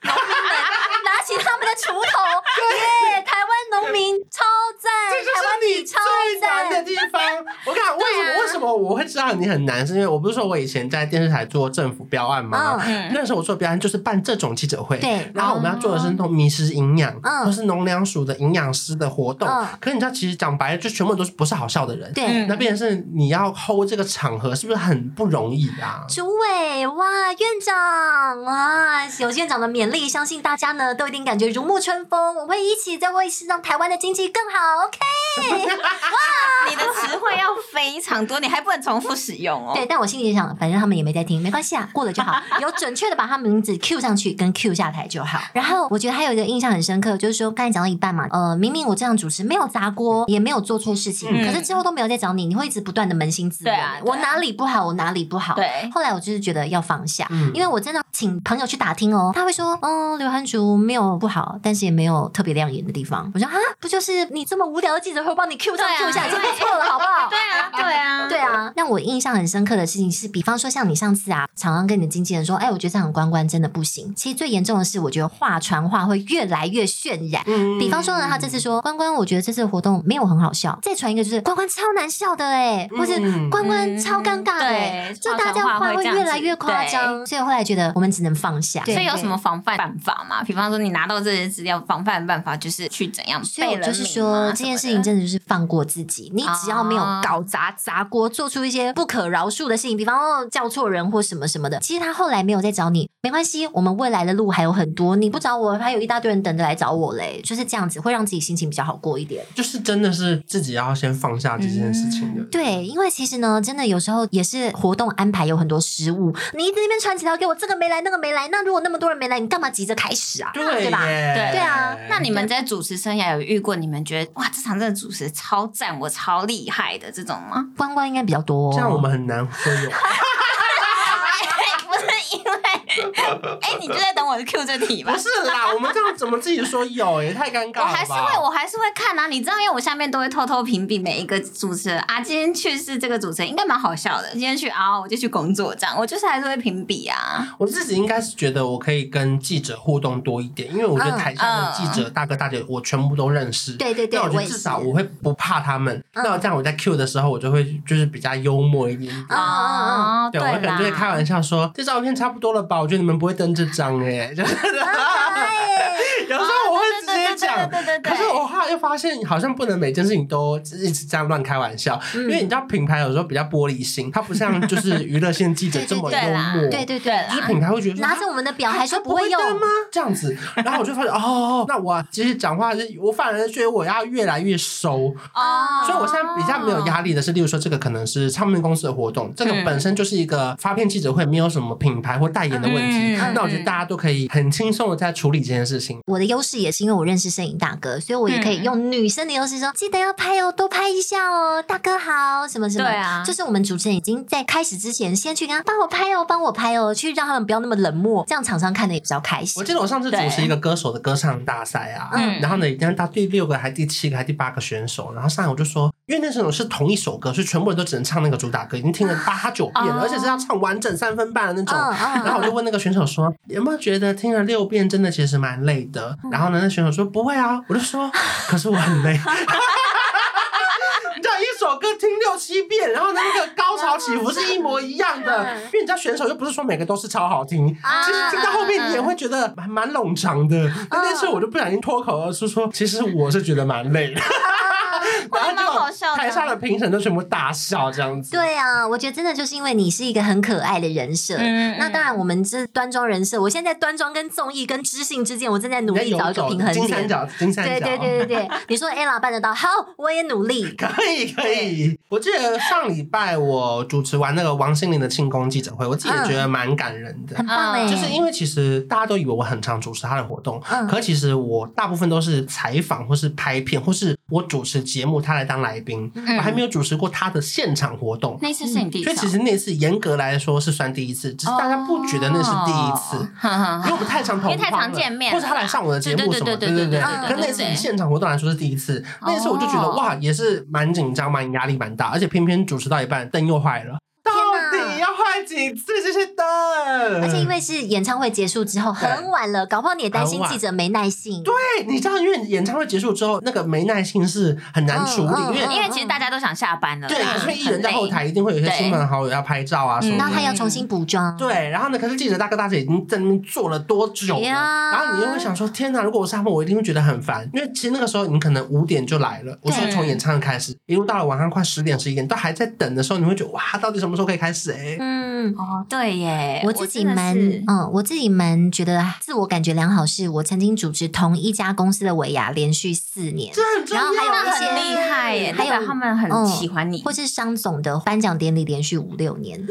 Speaker 3: 拿起他们的锄 头，耶，台湾农民超赞，
Speaker 1: 这就
Speaker 3: 台湾
Speaker 1: 是你
Speaker 3: 你超
Speaker 1: 最难
Speaker 3: 赞
Speaker 1: 的，地方。 我看为什么、为什么我会知道你很难，是因为我不是说我以前在电视台做政府标案吗？
Speaker 2: 嗯
Speaker 1: 那时候我做标案就是办这种记者会，
Speaker 3: 对
Speaker 1: 然后我们要做的是那种迷失营养，
Speaker 3: 嗯
Speaker 1: 或是农粮署的营养师的活动。
Speaker 3: 嗯
Speaker 1: 可是你知道，其实讲白了，就全部都是不是好笑的人。
Speaker 3: 对。
Speaker 2: 嗯
Speaker 1: 那变成是你要 hold 这个场合，是不是很不容易 啊？
Speaker 3: 主委哇，院长哇，有院长的勉励，相信大家呢都一定感觉如沐春风。我会一起在为让台湾的经济更好，OK？
Speaker 2: 你的词汇要非常多，你还不能重复使用哦。
Speaker 3: 对，但我心里想，反正他们也没在听，没关系啊，过了就好。有准确的把他们名字 Q 上去跟 Q 下台就好。然后我觉得还有一个印象很深刻，就是说刚才讲到一半嘛，呃，明明我这样主持没有砸锅，也没有做错事情，
Speaker 1: 嗯
Speaker 3: 可是之后都没有再找你，你会一直不断的扪心自问，
Speaker 2: 对啊对啊
Speaker 3: 我哪里不好，我哪里不好。
Speaker 2: 对
Speaker 3: 后来我就是觉得要放下，
Speaker 1: 嗯
Speaker 3: 因为我真的请朋友去打听哦，他会说，嗯，刘涵竹没有不好，但是也没有特别亮眼的地方。我说啊，不就是你这么无聊的记者会帮你 Q 上
Speaker 2: 对啊
Speaker 3: Q 下，已经不
Speaker 2: 对
Speaker 3: 错了，好不好？
Speaker 2: 对啊，对啊，
Speaker 3: 对啊，让我印象很深刻的事情是，比方说像你上次啊，常常跟你的经纪人说，哎，我觉得这场公关真的不行。其实最严重的是，我觉得话传话会越来越渲染。
Speaker 1: 嗯
Speaker 3: 比方说呢，他这次说关关，我觉得这次的活动没有很好笑。再传一个就是关关超难笑的哎、或是
Speaker 1: 嗯
Speaker 3: 关关
Speaker 2: 嗯
Speaker 3: 超尴尬的、欸，
Speaker 2: 对
Speaker 3: 就大家
Speaker 2: 话传话
Speaker 3: 话
Speaker 2: 会
Speaker 3: 会
Speaker 2: 这样
Speaker 3: 越来
Speaker 2: 子
Speaker 3: 越夸张。所以我后来觉得我们只能放下。
Speaker 2: 所以有什么？防范办法吗？比方说，你拿到这些资料，防范办法就是去怎样
Speaker 3: 所以
Speaker 2: 背
Speaker 3: 我
Speaker 2: 人
Speaker 3: 就是
Speaker 2: 名啊
Speaker 3: 说，这件事情
Speaker 2: 什么
Speaker 3: 真的啊就是放过自己。你只要没有搞砸砸锅，做出一些不可饶恕的事情，比方说叫错人或什么什么的，其实他后来没有再找你，没关系，我们未来的路还有很多，你不找我，还有一大堆人等着来找我嘞。就是这样子，会让自己心情比较好过一点。
Speaker 1: 就是真的是自己要先放下这件事情的。
Speaker 3: 嗯对，因为其实呢，真的有时候也是活动安排有很多失误，你一直那边传几条给我，这个没来，那个没来，那如果那么多人没来，你干嘛急着开始啊？
Speaker 1: 对
Speaker 3: 对吧？
Speaker 1: 耶
Speaker 2: 对
Speaker 3: 对啊
Speaker 1: 哎
Speaker 2: 那你们在主持生涯有遇过你们觉得哇，这场真的主持超赞，我超厉害的这种吗？
Speaker 3: 关关应该比较多、哦，
Speaker 1: 这样我们很难说有。
Speaker 2: 哎不是因为，哎、你就在等我 Q 这题吧
Speaker 1: 不？是啦，我们这样怎么自己说有？也太尴
Speaker 2: 我
Speaker 1: 尬了吧。
Speaker 2: 还是会，我还是会看啊，你知道，因为我下面都会偷偷评比每一个主持人啊。今天去是这个主持人，应该蛮好笑的。今天去啊，我就去工作这样，我就是还是会评比啊。
Speaker 1: 我自己应该是觉得我可以跟记者互动多一点，因为我觉得台下的记者大哥大姐我全部都认识。
Speaker 3: 嗯对对对，
Speaker 1: 那我觉
Speaker 3: 我
Speaker 1: 得
Speaker 3: 也
Speaker 1: 至
Speaker 3: 是。
Speaker 1: 少我会不怕他们。
Speaker 3: 嗯
Speaker 1: 那这样我在 Q 的时候，我就会就是比较幽默一点。
Speaker 3: 嗯嗯
Speaker 2: 哦，
Speaker 1: 对，我可能就会开
Speaker 2: 啦。
Speaker 1: 玩笑说，这照片差不多了吧？我觉得你们不会登这张哎、欸，就是
Speaker 3: 哎
Speaker 1: 有时候我会直接
Speaker 2: 哦
Speaker 1: 讲。
Speaker 2: 对对对对对对
Speaker 1: 可是我后来又发现，好像不能每件事情都一直这样乱开玩笑，因为你知道品牌有时候比较玻璃心，它不像就是娱乐线记者这么幽
Speaker 2: 对啦
Speaker 1: 默，
Speaker 3: 对对啊
Speaker 2: 对
Speaker 3: 对，
Speaker 2: 啦
Speaker 1: 就是品牌会觉得说哦
Speaker 3: 拿着我们的表还说
Speaker 1: 啊不
Speaker 3: 不 会用，
Speaker 1: 登吗？这样子，然后我就发现哦，那我其实讲话，是，我反而觉得我要越来越收，
Speaker 2: 哦，
Speaker 1: 所以我现在比较没有压力的是，例如说这个可能是唱片公司的活动，这个
Speaker 2: 嗯
Speaker 1: 本身就是一个发片记者会，没有什么品牌或代言的问题，
Speaker 2: 嗯
Speaker 1: 那我觉得大家都可以很轻松的在处理这件事情。
Speaker 3: 我的优势也是因为我认识摄影大哥，所以我也可
Speaker 1: 嗯
Speaker 3: 以用女生的优势说，记得要拍哦，多拍一下哦，大哥好，什么什么。
Speaker 2: 对啊
Speaker 3: 就是我们主持人已经在开始之前，先去跟他帮我拍哦，帮我拍哦，去让他们不要那么冷漠，这样厂商看的也比较开心
Speaker 1: 我。记得我上次主持一个歌手的歌唱大赛啊，
Speaker 2: 嗯
Speaker 1: 然后呢，已经到第六个还第七个还第八个选手，然后上来我就说，因为那时候是同一首歌，所以全部人都只能唱那个主打歌，已经听了八九遍了，
Speaker 2: 哦
Speaker 1: 而且是要唱完整三分半的那种。
Speaker 3: 嗯
Speaker 1: 然后我就问那个选手说：“有没有觉得听了六遍真的其实蛮累的？”
Speaker 3: 嗯
Speaker 1: 然后呢，那选手说：“不会啊。”我就说：“ 可是我很累。”你知道一首歌听六七遍，然后呢那个高潮起伏是一模一样的，
Speaker 3: 嗯啊
Speaker 1: 因为你知道选手又不是说每个都是超好听，其实听到后面你也会觉得蛮蛮冗长的。
Speaker 3: 嗯
Speaker 1: 但那次我就不小心脱口而出说：“其实我是觉得蛮累
Speaker 3: 啊
Speaker 1: 的。”然
Speaker 2: 蛮
Speaker 1: 后
Speaker 2: 好
Speaker 1: 就
Speaker 2: 笑的
Speaker 1: 台下的评审都全部大笑这样子。
Speaker 3: 对啊，我觉得真的就是因为你是一个很可爱的人设。
Speaker 2: 嗯
Speaker 3: 那当然，我们这端庄人设，我现在在端庄跟综艺跟知性之间，我正在努
Speaker 1: 你在
Speaker 3: 力
Speaker 1: 游
Speaker 3: 找一个
Speaker 1: 走
Speaker 3: 平衡
Speaker 1: 金三
Speaker 3: 点。
Speaker 1: 角，金三角。
Speaker 3: 对对对 对对，你说 Ella 办得到，好，我也努力。
Speaker 1: 可以可以，我记得上礼拜我主持完那个王心凌的庆功记者会，我自己也觉得蛮感人的。
Speaker 3: 很棒哎、
Speaker 2: 嗯
Speaker 1: 就是因为其实大家都以为我很常主持她的活动，
Speaker 3: 嗯
Speaker 1: 可其实我大部分都是采访或是拍片，或是我主持节目，她来当来宾，
Speaker 2: 嗯
Speaker 1: 我还没有主持过她的现场活动。
Speaker 2: 那次是你第一次
Speaker 1: 所
Speaker 2: 哦，
Speaker 1: 以其实那次严格来说是算第一次，只是大家不觉得那是第一次
Speaker 2: 哦。哈哈
Speaker 1: 因为我们太常同框了，
Speaker 2: 因为太常见面了
Speaker 1: 或者他来上我的节目
Speaker 2: 对对
Speaker 1: 什么，
Speaker 2: 对对
Speaker 1: 对
Speaker 2: 对对
Speaker 3: 对
Speaker 1: 可
Speaker 3: 对
Speaker 1: 那一次
Speaker 2: 对
Speaker 1: 以现场活动来说是第一次，那一次我就觉得
Speaker 2: 哦
Speaker 1: 哇，也是蛮紧张、蛮压力蛮大，而且偏偏主持到一半灯又坏了，到
Speaker 3: 哪
Speaker 1: 底要坏几次这些灯？
Speaker 3: 而且因为是演唱会结束之后很晚了，搞不好你也担心记者没耐性。
Speaker 1: 对，
Speaker 3: 对，
Speaker 1: 哎你知道，因为演唱会结束之后，那个没耐性是很难处理，
Speaker 3: 嗯嗯
Speaker 1: 因为
Speaker 2: 因为其实大家都想下班了啦，
Speaker 1: 对，可是艺人在
Speaker 2: 嗯很累
Speaker 1: 后台一定会有一些
Speaker 2: 对
Speaker 1: 亲朋好友要拍照啊什么的
Speaker 2: 嗯
Speaker 3: 然后，他要重新补妆。
Speaker 1: 对，然后呢？可是记者大哥大姐已经在那边坐了多久了？
Speaker 3: 哎呀
Speaker 1: 然后你又会想说：天哪！如果我是他们，我一定会觉得很烦，因为其实那个时候你可能五点就来了，我说从演唱会开始，一路到了晚上快十点、十一点，都还在等的时候，你会觉得哇，到底什么时候可以开始、欸？哎，
Speaker 3: 嗯，
Speaker 2: 哦，对耶，
Speaker 3: 我自己
Speaker 2: 真的
Speaker 3: 蛮
Speaker 2: 是
Speaker 3: 嗯，我自己蛮觉得自我感觉良好，是我曾经主持同一家公司的尾牙连续四年
Speaker 1: 这，很重要啊
Speaker 3: 然后还有
Speaker 2: 那
Speaker 3: 一
Speaker 2: 很
Speaker 3: 些
Speaker 2: 厉害
Speaker 1: 嗯
Speaker 2: 耶，
Speaker 3: 还有
Speaker 2: 代表他们很喜欢你，
Speaker 3: 或是商总的颁奖典礼连续五六年。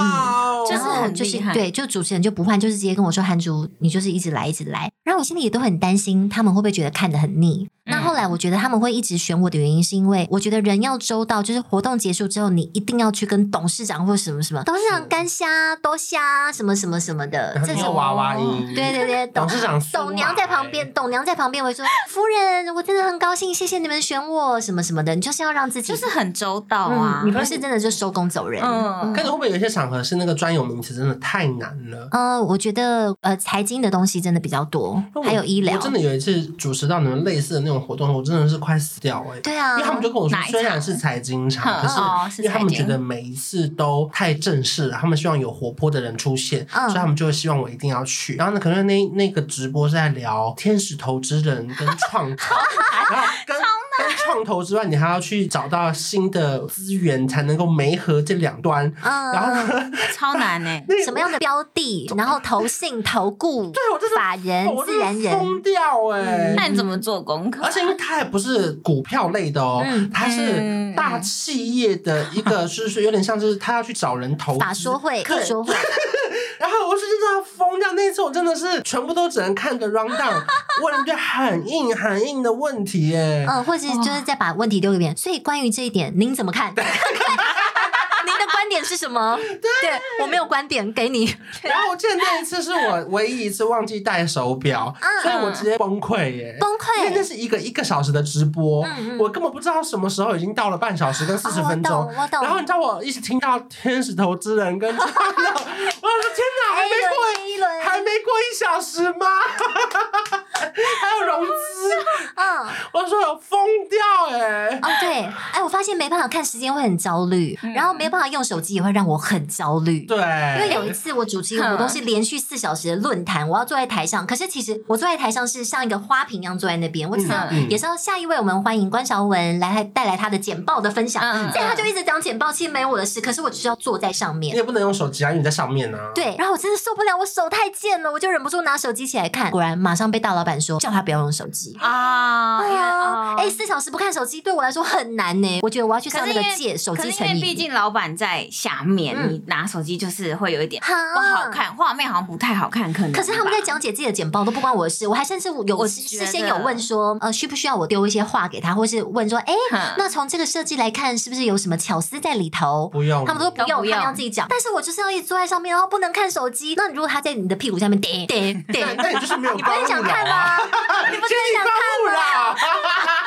Speaker 1: 哇哦、
Speaker 2: 嗯就是
Speaker 3: 然后
Speaker 2: 很
Speaker 3: 就是
Speaker 2: 厉害
Speaker 3: 对，就主持人就不换，就是直接跟我说韩竹，你就是一直来，一直来。然后我心里也都很担心，他们会不会觉得看得很腻？
Speaker 2: 嗯
Speaker 3: 那后来我觉得他们会一直选我的原因，是因为我觉得人要周到，就是活动结束之后，你一定要去跟董事长或什么什么，董事
Speaker 1: 是
Speaker 3: 长干虾、多虾什么什么什么的
Speaker 1: 然，后
Speaker 3: 这
Speaker 1: 你有
Speaker 3: 种。
Speaker 1: 娃娃音，
Speaker 3: 对对 对，
Speaker 1: 董事长哎欸送
Speaker 3: 董娘在旁边，董娘在旁边，我就说夫人，我真的很高兴，谢谢你们选我，什么什么的，你就是要让自己，
Speaker 2: 就是很周到啊
Speaker 3: 嗯，，你不是真的就收工走人，
Speaker 2: 嗯
Speaker 1: 可是会不会有一些场合是那个专有名词真的太难了？
Speaker 3: 呃，我觉得呃，财经的东西真的比较多
Speaker 1: 那，我
Speaker 3: 还有医疗
Speaker 1: 我。真的有一次主持到你们类似的那种活动，我真的是快死掉哎、
Speaker 3: 对啊
Speaker 1: 因为，他们就跟我说
Speaker 2: 哪，一
Speaker 1: 虽然
Speaker 2: 场
Speaker 1: 是财经场，
Speaker 2: 哼
Speaker 1: 可
Speaker 2: 哦
Speaker 1: 是
Speaker 2: 是
Speaker 1: 因为他们
Speaker 2: 财
Speaker 1: 觉
Speaker 2: 经
Speaker 1: 得每一次都太正式了，他们希望有活泼的人出现，
Speaker 3: 嗯
Speaker 1: 所以他们就会希望我一定要去。然后呢，可能那那个直播是在聊天使投资人跟创投，然后跟跟创投之外，你还要去找到新的资源，才能够媒合这两端。
Speaker 3: 嗯，
Speaker 1: 然后呢，
Speaker 2: 超难呢、
Speaker 1: 那
Speaker 3: 什么样的标的，然后投信、投顾、
Speaker 1: 对我真的
Speaker 3: 法嗯人、
Speaker 1: 我
Speaker 3: 自然
Speaker 1: 真的
Speaker 3: 人，
Speaker 1: 疯掉哎、
Speaker 2: 那你怎么做功课啊？
Speaker 1: 而且因为它也不是股票类的哦，
Speaker 3: 嗯
Speaker 1: 它是
Speaker 2: 嗯
Speaker 1: 大企业的一个，就是有点像是他要去找人投资
Speaker 3: 法说会、
Speaker 1: 客
Speaker 3: 一说会，
Speaker 1: 然后我是真的要疯掉，那一次我真的是全部都只能看着 round down，问了一堆很硬很硬的问题耶。
Speaker 3: 嗯，或是就是再把问题丢给别人。所以关于这一点，您怎么看？您 的观点是什么？对我没有观点给你。
Speaker 1: 然后我记得那一次是我唯一一次忘记带手表，
Speaker 3: 嗯
Speaker 1: 所以我直接崩溃耶。
Speaker 3: 崩
Speaker 1: 因为那
Speaker 3: 溃。
Speaker 1: 是一个一个小时的直播，
Speaker 3: 嗯嗯
Speaker 1: 我根本不知道什么时候已经到了半小时跟四十
Speaker 3: 哦我
Speaker 1: 分钟。
Speaker 3: 懂我懂
Speaker 1: 然后你知道我一直听到天使投资人跟创投，我说天哪，
Speaker 3: 哎
Speaker 1: 还没过
Speaker 3: 一轮
Speaker 1: 还没过一小时吗？ 还有融资，
Speaker 3: 嗯，
Speaker 1: 我说有疯掉哎、
Speaker 3: 哦对，哎，我发现没办法看时间会很焦虑，然后没办法用手机也会让我很焦虑。
Speaker 1: 对，
Speaker 3: 因
Speaker 2: 哎
Speaker 3: 为有一次我主持一个活 动是连续四小时的论坛，我要坐在台上，可是其实我坐在台上是像一个花瓶一样坐在那边，我只能
Speaker 1: 嗯嗯
Speaker 3: 也是要下一位我们欢迎关韶文来带来他的简报的分享，
Speaker 2: 嗯嗯
Speaker 3: 所以他就一直讲简报，其实没有我的事，可是我就是要坐在上
Speaker 1: 你
Speaker 3: 面。
Speaker 1: 也不能用手机啊，因为你在上面啊。
Speaker 3: 对，然后我真的受不了，我手太贱了，我就忍不住拿手机起来看，果然马上被大老板说叫他不要用手机。
Speaker 2: 啊，因为
Speaker 3: 啊
Speaker 2: 哦，
Speaker 3: 哎，四小时不看手机对我来说很难呢，我觉得我要去上那个
Speaker 2: 可是因
Speaker 3: 戒手
Speaker 2: 哦可
Speaker 3: 机
Speaker 2: 是因
Speaker 3: 成瘾。
Speaker 2: 为毕竟老板在下面，
Speaker 3: 嗯
Speaker 2: 你拿手机就是会有一点
Speaker 3: 哈
Speaker 2: 不好看，画面好像不太好看，可能
Speaker 3: 啊
Speaker 2: 吧。
Speaker 3: 可是他们在讲解自己的简报都不关我的事，我还甚至有
Speaker 2: 嗯我觉
Speaker 3: 事
Speaker 2: 得
Speaker 3: 先有问说，呃，需不需要我丢一些话给他，或是问说，哎、
Speaker 2: 哼
Speaker 3: 那从这个设计来看，是不是有什么巧思在里头？
Speaker 1: 不用，
Speaker 3: 他们都不用，
Speaker 2: 都不
Speaker 3: 他
Speaker 2: 用
Speaker 3: 们要自己讲。但是我就是要一直坐在上面，然后不能看手机。那如果他在你的屁股下面点点
Speaker 1: 那
Speaker 3: 点，
Speaker 1: 那你就是没有
Speaker 3: 你不
Speaker 1: 关
Speaker 3: 能
Speaker 1: 注
Speaker 3: 想
Speaker 1: 了
Speaker 3: 看吗
Speaker 1: 啊，？你
Speaker 3: 你不能想
Speaker 1: 关注啦。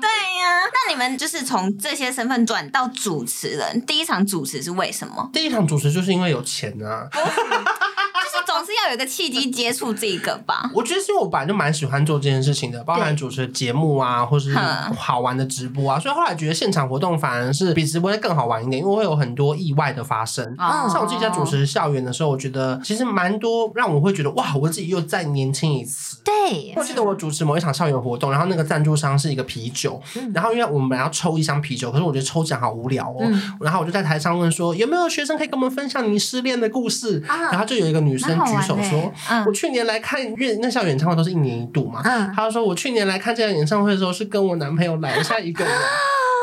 Speaker 2: 对呀、那你们就是从这些身份转到主持人，第一场主持是为什么？
Speaker 1: 第一场主持就是因为有钱啊，
Speaker 2: 就是总是要有一个契机接触这个吧。
Speaker 1: 我觉得是因为我本来就蛮喜欢做这件事情的，包含主持节目啊，或是
Speaker 2: 哼
Speaker 1: 好玩的直播啊，所以后来觉得现场活动反而是比直播会更好玩一点，因为会有很多意外的发生。
Speaker 3: 嗯
Speaker 1: 像我自己在主，持校园的时候，我觉得其实蛮多让我会觉得哇，我自己又再年轻一次。
Speaker 3: 对
Speaker 2: 哎
Speaker 1: 我，记得我主持某一场校园活动，然后那
Speaker 2: 嗯
Speaker 1: 个赞助商是一个啤酒，然后因为我们本来要抽一箱啤酒，可是我觉得抽奖好无聊哦，
Speaker 3: 嗯
Speaker 1: 然后我就在台上问说有没有学生可以跟我们分享你失恋的故事，
Speaker 3: 啊
Speaker 1: 然后就有一个女
Speaker 2: 蛮
Speaker 1: 生
Speaker 2: 好
Speaker 1: 举
Speaker 2: 玩
Speaker 1: 手
Speaker 2: 的
Speaker 1: 说。
Speaker 2: 欸。嗯
Speaker 1: 我去年来看乐那校园演唱会都是一年一度嘛，
Speaker 3: 嗯
Speaker 1: 她就说我去年来看这场演唱会的时候是跟我男朋友来，我现在一 个人。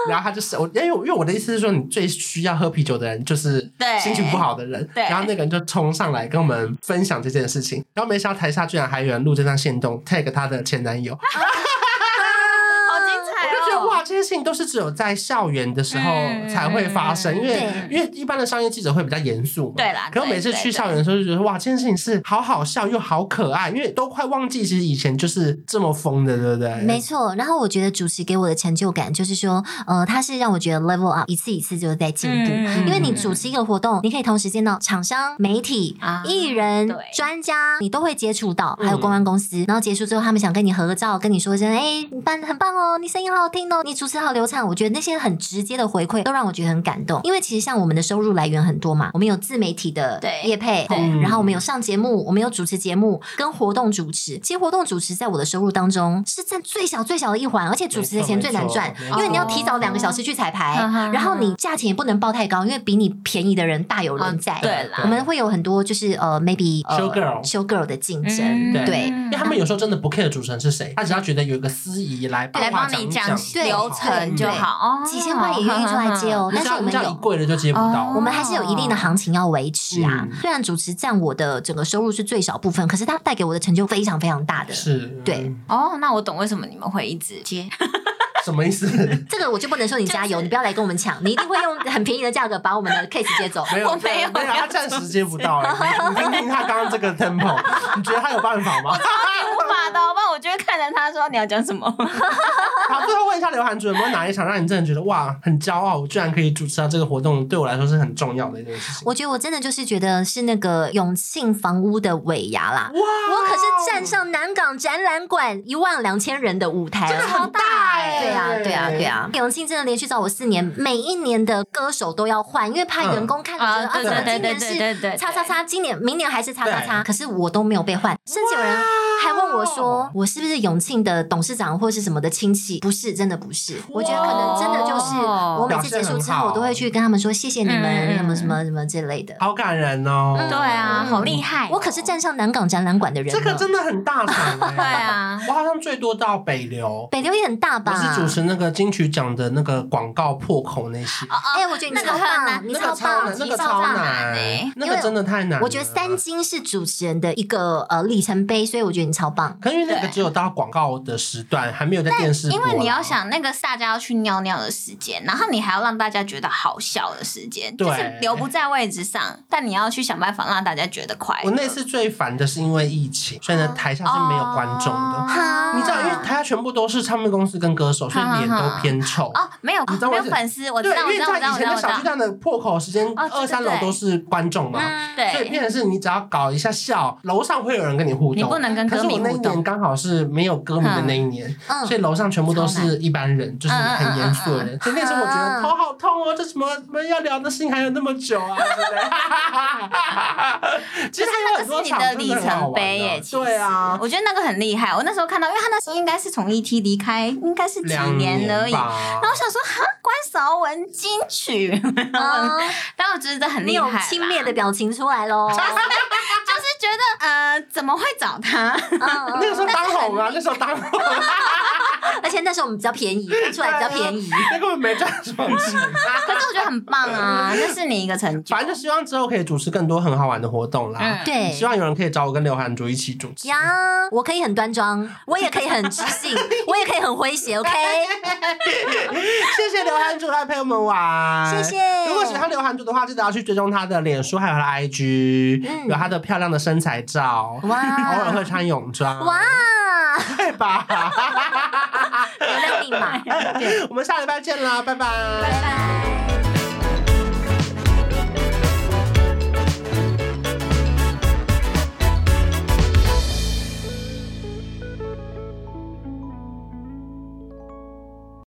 Speaker 1: 然后她就是我，因为我因为我的意思是说，你最需要喝啤酒的人就是
Speaker 2: 对
Speaker 1: 心情不好的人。
Speaker 2: 对
Speaker 1: 然后那个人就冲上来跟我们分享这件事情，然后没想到台下居然还有人录这张线动 tag 她的前男友，
Speaker 2: 哦好精彩
Speaker 1: 我就觉得
Speaker 2: 哦！
Speaker 1: 哇，这些事情都是只有在校园的时候
Speaker 2: 嗯
Speaker 1: 才会发生，因为
Speaker 3: 对
Speaker 1: 因为一般的商业记者会比较严肃嘛。
Speaker 2: 对啦
Speaker 1: 可我每次
Speaker 2: 对
Speaker 1: 去
Speaker 2: 对
Speaker 1: 校园的时候就觉得哇，这件事情是好好笑又好可爱，因为都快忘记其实以前就是这么疯的，对不对？
Speaker 3: 没错。然后我觉得主持给我的成就感就是说，呃，它是让我觉得 level up 一次一次就是在进步。
Speaker 2: 嗯
Speaker 3: 因为你主持一个活动，你可以同时见到厂商、媒体、
Speaker 2: 啊
Speaker 3: 艺人
Speaker 2: 对、
Speaker 3: 专家，你都会接触到，
Speaker 1: 嗯
Speaker 3: 还有公关公司。然后结束之后，他们想跟你合个照，跟你说一声：“哎，你办得很棒哦，你声音好好听哦，你主持好流畅。”我觉得那些很直接的回馈都让我觉得很感动，因为其实像我们的收入来源很多嘛，我们有自媒体的
Speaker 2: 对
Speaker 3: 业配
Speaker 2: 对
Speaker 1: 嗯，
Speaker 3: 然后我们有上节目，我们有主持节目跟活动主持。其实活动主持在我的收入当中是占最小最小的一环，而且主持的钱最难赚
Speaker 1: 没错没，
Speaker 3: 因
Speaker 1: 错
Speaker 3: 为你要提早
Speaker 2: 哦
Speaker 3: 两个小时去彩排，
Speaker 2: 嗯
Speaker 3: 然后你价钱也不能报太高，因为比你便宜的人大有人在。
Speaker 1: 哎
Speaker 2: 哦对啦
Speaker 3: 我们会有很多就是呃，maybe 呃
Speaker 1: Showgirl
Speaker 3: show girl 的竞争，
Speaker 2: 嗯
Speaker 3: 对。
Speaker 1: 因为他们有时候真的不 care 主持人是谁，他只要觉得有一个司仪来帮
Speaker 2: 来
Speaker 1: 话
Speaker 2: 帮你
Speaker 1: 讲
Speaker 2: 讲
Speaker 1: 就好
Speaker 2: 流程就
Speaker 1: 对
Speaker 2: 好，哦
Speaker 3: 几千块也愿意出来接。哦，
Speaker 1: 你
Speaker 3: 但
Speaker 1: 只
Speaker 3: 是
Speaker 1: 要
Speaker 3: 我
Speaker 1: 嗯你
Speaker 3: 们
Speaker 1: 只要一
Speaker 3: 有。
Speaker 1: 贵的就接不到。
Speaker 2: 哦
Speaker 3: 我们还是有一定的行情要维持啊。
Speaker 1: 嗯
Speaker 3: 虽然主持占我的整个收入是最少部分，可是它带给我的成就非常非常大的。
Speaker 1: 是，
Speaker 3: 对，
Speaker 2: 哦，那我懂为什么你们会一直接，
Speaker 1: 什么意 思？
Speaker 3: 这个我就不能说你加油，你不要来跟我们抢，你一定会用很便宜的价格把我们的 case 接走。
Speaker 1: 没有，
Speaker 2: 我 没有
Speaker 1: 没有，他暂时接不到。 哎你你听听他刚刚这个 tempo，你觉得他有办法吗？
Speaker 2: 无法的，不然我就会看着他说你要讲什么。
Speaker 1: 好，最后问一下刘涵主有没有哪一场让你真的觉得哇，很骄傲，我居然可以主持到这个活动，对我来说是很重要的一件事情。
Speaker 3: 我觉得我真的就是觉得是那个永庆房屋的尾牙啦，
Speaker 1: 哇，
Speaker 3: 我可是站上南港展览馆一万两千人的舞台，啊
Speaker 1: 真的很大
Speaker 2: 欸
Speaker 1: 哎、
Speaker 3: 对啊，对啊，对。啊！永庆真的连续找我四年，每一年的歌手都要换，因为怕员工看了觉得、
Speaker 2: 嗯
Speaker 3: 啊，
Speaker 2: 啊
Speaker 3: 怎么
Speaker 2: 对
Speaker 3: 今
Speaker 2: 对
Speaker 3: 年
Speaker 2: 对对对对
Speaker 3: 是
Speaker 2: 对
Speaker 3: 叉叉叉，今年明年还是叉叉
Speaker 1: 对
Speaker 3: 叉，可是我都没有被换，甚至有人还问我说我是不是永庆的董事长或是什么的亲戚，不是，真的不是。我觉得可能真的就是
Speaker 2: 哦
Speaker 3: 我每次结束之后，我都会去跟他们说谢谢你
Speaker 2: 嗯
Speaker 3: 们，什么什么什么之类的。
Speaker 1: 好感人哦。
Speaker 2: 对啊，
Speaker 3: 嗯
Speaker 2: 好厉害哦、
Speaker 3: 我可是站上南港展览馆的人哦
Speaker 1: 这
Speaker 3: 呢，
Speaker 1: 个真的很大场、欸。
Speaker 2: 对，啊，
Speaker 1: 我好像最多到北流，
Speaker 3: 北流也很大吧？
Speaker 1: 我是主持那个金曲奖的那个广告破口那些。
Speaker 3: 哎，我觉得你
Speaker 2: 那个
Speaker 3: 超
Speaker 2: 很
Speaker 3: 棒，
Speaker 2: 难
Speaker 3: 你
Speaker 1: 那个
Speaker 3: 超
Speaker 1: 超
Speaker 3: 棒
Speaker 1: 难，，那个
Speaker 3: 你
Speaker 1: 超
Speaker 3: 超棒。
Speaker 1: 难
Speaker 2: 欸，
Speaker 1: 那个真的太难了。
Speaker 3: 我觉得三金是主持人的一个呃里程碑，所以我觉得你超棒。
Speaker 1: 可能因为那个
Speaker 2: 对
Speaker 1: 只有到广告的时段，还没有在电视播
Speaker 2: 因
Speaker 1: 啦。
Speaker 2: 为你要想那个大家要去尿尿的时间，然后你还要让大家觉得好笑的时间，
Speaker 1: 对
Speaker 2: 就是留不在位置上，但你要去想办法让大家觉得快乐。
Speaker 1: 我那次最烦的是因为疫情，所以呢台下是没有观众的。
Speaker 2: 哦
Speaker 1: 你知道，因为台下全部都是唱片公司跟歌手，所以脸都偏臭。
Speaker 2: 哦，没有
Speaker 1: 你知道
Speaker 2: 没有
Speaker 1: 我是
Speaker 2: 粉丝，我知
Speaker 1: 对，
Speaker 2: 道，
Speaker 1: 因
Speaker 2: 我
Speaker 1: 为
Speaker 2: 知道，我
Speaker 1: 在
Speaker 2: 知道，
Speaker 1: 以前的
Speaker 2: 我知道，我知
Speaker 1: 小巨
Speaker 2: 道。
Speaker 1: 蛋的破口时间，
Speaker 2: 哦对
Speaker 1: 二三楼
Speaker 2: 对对嗯
Speaker 1: 都是观众嘛，所以
Speaker 2: 对，
Speaker 1: 变成是你只要搞一下笑，楼上会有人跟你互动。
Speaker 2: 你不能跟
Speaker 1: 可
Speaker 2: 歌
Speaker 1: 是
Speaker 2: 迷
Speaker 1: 我那
Speaker 2: 互
Speaker 1: 一年
Speaker 2: 动。
Speaker 1: 刚好是没有歌迷的那一年，
Speaker 3: 嗯
Speaker 1: 所以楼上全部都是一般人，
Speaker 2: 嗯
Speaker 1: 就是很严肃的人。所以那时候我觉得
Speaker 3: 嗯
Speaker 1: 头好痛哦，这什么什么要聊的事情还有那么久啊，对 不对？其实还有很多
Speaker 2: 是你
Speaker 1: 场
Speaker 2: 的
Speaker 1: 真
Speaker 2: 里
Speaker 1: 的很好
Speaker 2: 程
Speaker 1: 玩
Speaker 2: 碑耶
Speaker 1: 的，，对啊
Speaker 2: 其实，我觉得那个很厉害。我那时候看到，因为他那时候应该是从 ET 离开，应该是几
Speaker 1: 两
Speaker 2: 而 已。然
Speaker 1: 吧
Speaker 2: 后。我想说，哈，关韶文金 曲，
Speaker 3: 啊，
Speaker 2: 但我觉得 很
Speaker 3: 你
Speaker 2: 厉
Speaker 3: 有
Speaker 2: 害啦，
Speaker 3: 轻蔑的表情出 来嗯喽。
Speaker 2: 就是觉得呃，怎么会找他？
Speaker 3: 嗯
Speaker 1: 那个时候当红啊， 那时候当红，
Speaker 3: 而且那时候我们比较便宜，看出来比较 便宜。
Speaker 1: 那根本没赚什么钱。
Speaker 2: 可是我觉得很棒啊，那是你一个成就
Speaker 1: 反。正就希望之后可以主持更多很好玩的活动啦
Speaker 2: 嗯。
Speaker 3: 对
Speaker 1: 希望有人可以找我跟刘涵竹一起主持。
Speaker 3: 呀，我可以很端庄，我也可以很知 性，我也可以很诙谐，OK？
Speaker 1: 谢谢刘涵竹来陪我们玩，
Speaker 3: 谢谢
Speaker 1: 如果喜欢刘涵竹的话，记得要去追踪她的脸书还有她的 IG，、
Speaker 3: 嗯
Speaker 1: 有她的漂亮的身材照，偶尔
Speaker 3: 哇
Speaker 1: 会穿泳装，
Speaker 3: 哇，
Speaker 1: 对 吧？
Speaker 3: 流量密码，
Speaker 1: 我们下礼拜见啦，拜拜
Speaker 3: 拜拜。